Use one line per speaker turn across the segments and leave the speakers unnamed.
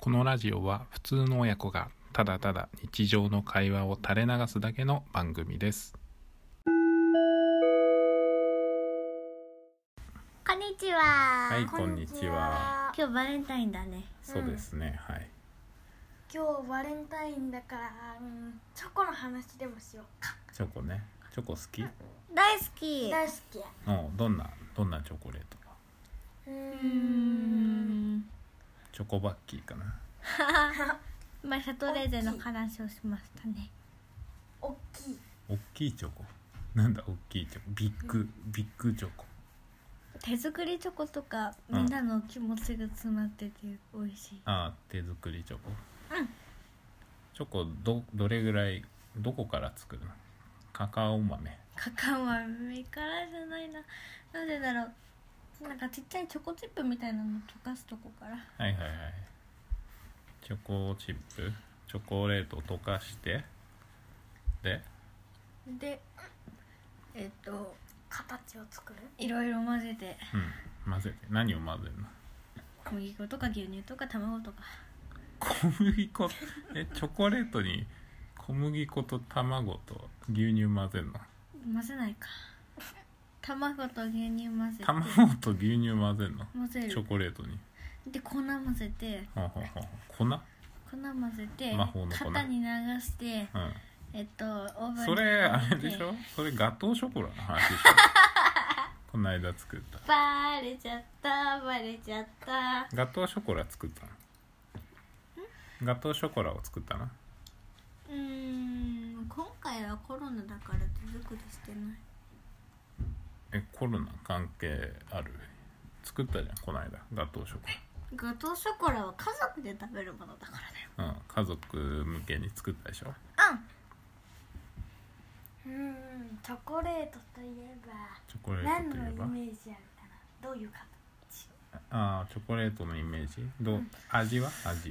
このラジオは普通の親子がただただ日常の会話を垂れ流すだけの番組です
こんにちは。
はいこんにちは
今日バレンタインだね。
そうですね、はい
今日バレンタインだから、うん、チョコの話でもしようか
チョコねチョコ好き
大好き。
大好き
おうどんなどんなチョコレートか
う
うーん。
チョコバッキーかな
まあシャトレーゼの話をしましたね。
おっきい
おっきいチョコなんだおっきいチョコビッグビッグチョコ
手作りチョコとか
うん
みんなの気持ちが詰まってて美味しい。
ああ手作りチョコ
うん
チョコどどれぐらいどこから作るのカカオ豆
カカオ豆からじゃないな。なんでだろう。なんかちっちゃいチョコチップみたいなの溶かすとこから。
はいはいはいチョコチップチョコレートを溶かしてで
で、えっと
形を作る
いろいろ混ぜて
うん混ぜて何を混ぜるの
小麦粉とか牛乳とか卵とか。
小麦粉えチョコレートに小麦粉と卵と牛乳混ぜるの
混ぜないか卵と牛乳混ぜて
卵と牛乳混ぜるの
混ぜ
チョ
る
コレートに
で粉混ぜて
ほんほんほんほん粉
粉混ぜて
魔法の粉
型に流して
うん
えっとオーブンに
それあ
入
れ
れて
でしょそれガトーショコラの話でしょこの間作った
バレちゃったバレちゃった
ガトーショコラ作ったのガトーショコラを作ったの
うーん今回はコロナだから手作りしてない
えコロナ関係ある作ったじゃんこの間ガトーショコ
ガトーショコラは家族で食べるものだから
ラ
だ
うん家族向けに作ったでしょ
よ
うんチョコレートといえば
チョコレー
何
トとい
の
え
イ
ば
メージあるかなどういう形
あーチョコレートのイメージどう味は味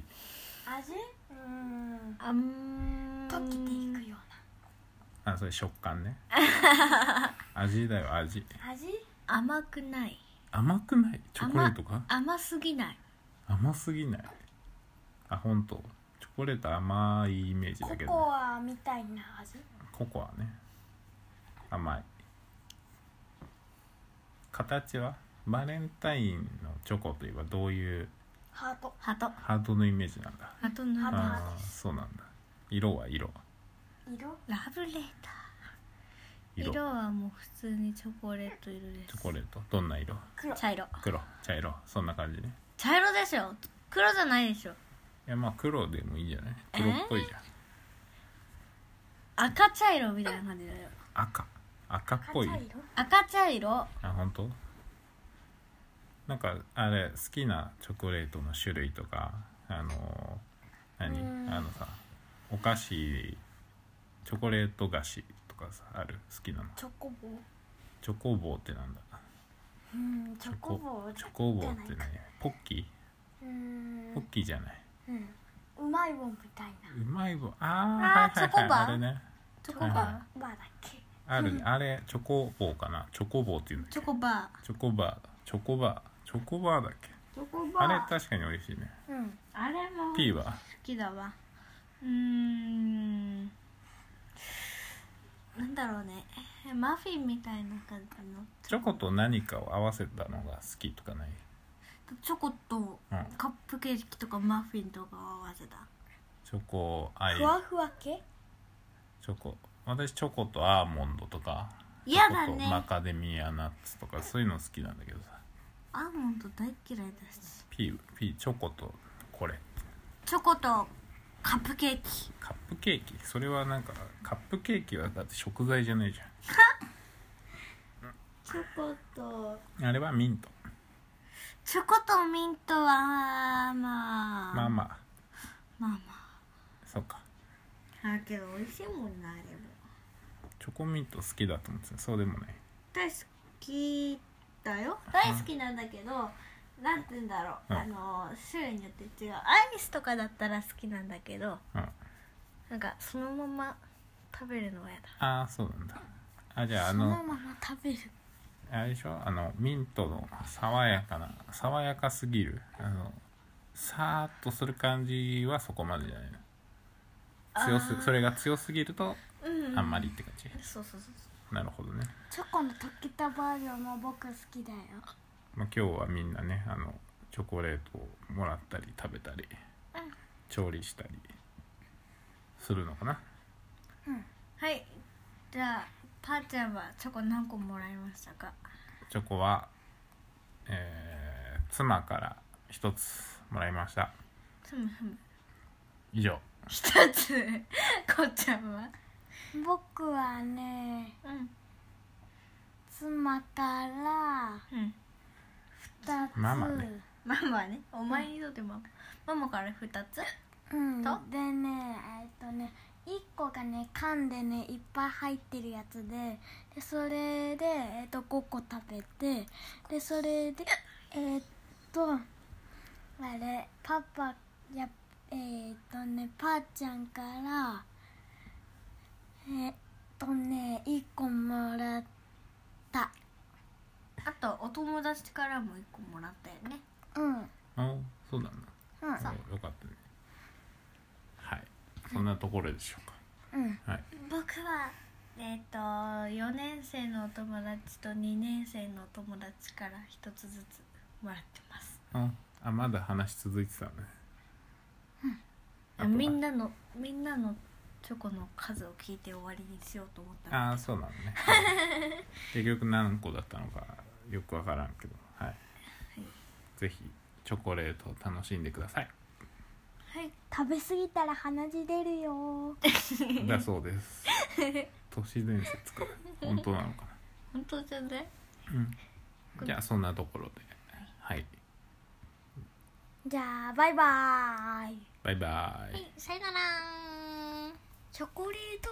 味うん
うんあん
溶けていくよ
あそれ食感 ね味だよ味
うな味
甘くない
甘くないチョコレートが
甘すぎない
甘すぎないあ本当チョコレート甘いイメージだ
コ
けどね、
コアみたいな味
ココアね甘い形はバレンタインのチョコといえばどういう
ハート
ハト
ハートのイメージなんだ
ハトの
ハート
中
ああそうなんだ色は色
色
ラブレター
色
色はもう普通にチョコレート色で
チ
す
ョコレートどんな色
黒
茶色
黒茶色そんな感じね
茶色でしょ黒じゃないでしょ
いやまあ黒でもいいんじゃない黒っぽいじゃん、
赤茶色みたいな感じだよ
赤赤っぽ
赤
い
茶色
赤茶色
あ本当なんかあれ好きなチョコレートの種類とかあの何
うん
あのさお菓子チョコレート菓子とかさある好きなの
チョコ棒
チョコ棒ってなんだ
うんチョコ棒
チョコ棒って
じゃない
何ポッキ
うん
ーポッキーじゃない
うんうまい棒みたいな
うまい棒あ
あー
ーはい
チョ
はい
コ
は
バ
いあれね
チョコ
はい
バ
は
バーだっけ
あるねあれチョコ棒かなチョコ棒っていうんだっ
ー
け
チョコバ
チョコバーチョコバーチョコバーだっけ
ーチョコ
あれ確かに美味しいね
うん
あれも
P
好
は
きだわうーんなんだろうねマフィンみたいな感じの
チョコと何かを合わせたのが好きとかない
チョコと
うん
カップケーキとかマフィンとかを合わせた
チョコアイ
ふわふわ系
チョコ私チョコとアーモンドとか
嫌だ
チョコとマ
ね
カデミアナッツとかそういうの好きなんだけどさ
アーモンド大嫌いだし
P, P チョコとこれ
チョコとカップケーキ
カップケーキそれはなんかカップケーキはだって食材じゃないじ
チョコと
ゃんあれはミント
チョコとミントはまあ
まあま
まあま
あそうか
あだけど美味しいもんなあれも
チョコミント好きだと思ってたそうでもない
大好きだよ大好きなんだけど、なんて言うんだろ
う
う、
ん
あの種類によって違うアイスとかだったら好きなんだけど
うん
なんかそのまま食べるのは嫌だ
ああそうなんだあじゃああ
その
の
まま食べる
あれでしょあのミントの爽やかな爽やかすぎるあのさーっとする感じはそこまでじゃないの
あー
強すそれが強すぎると
うん
あんまりって感じ、
そうそうそう
なるほどね、
チョコの溶けたバージョンも僕好きだよ
まあ、今日はみんなねあのチョコレートをもらったり食べたり
うん
調理したりするのかな
はいじゃあパーちゃんはチョコ何個もらいましたか
チョコは、えー妻から一つもらいました
ふむふむ
以上
一つ こっちゃんは
僕はね
うん
妻から
うん
2つ
ママね
ママはねお前にとってママ、ママから二つ
うん、で
と
ねえっとね1個がね缶でねいっぱい入ってるやつででそれで、えっと5個食べてでそれでえっとあれパパやえっとねパーちゃんからえっとね1個もらった
あとお友達からも一個もらったよね
うんうん
あそうなんだおよかったねはいそんなところでしょうか、
うん
はい、
僕はえっ、と4年生のお友達と2年生のお友達から一つずつもらってます
ああまだ話続いてたね、あとは
みんなのみんなのチョコの数を聞いて終わりにしようと思った
ああそうなのね 結局何個だったのかよくわからんけどはい、ぜひチョコレートを楽しんでください
はい
食べ過ぎたら鼻血出るよ
だそうです 都市伝説か本当なのか
本当じゃね
な、うん、じゃあそんなと ころではい
じゃあバイバーイ
バイバイ
さよならチョコレート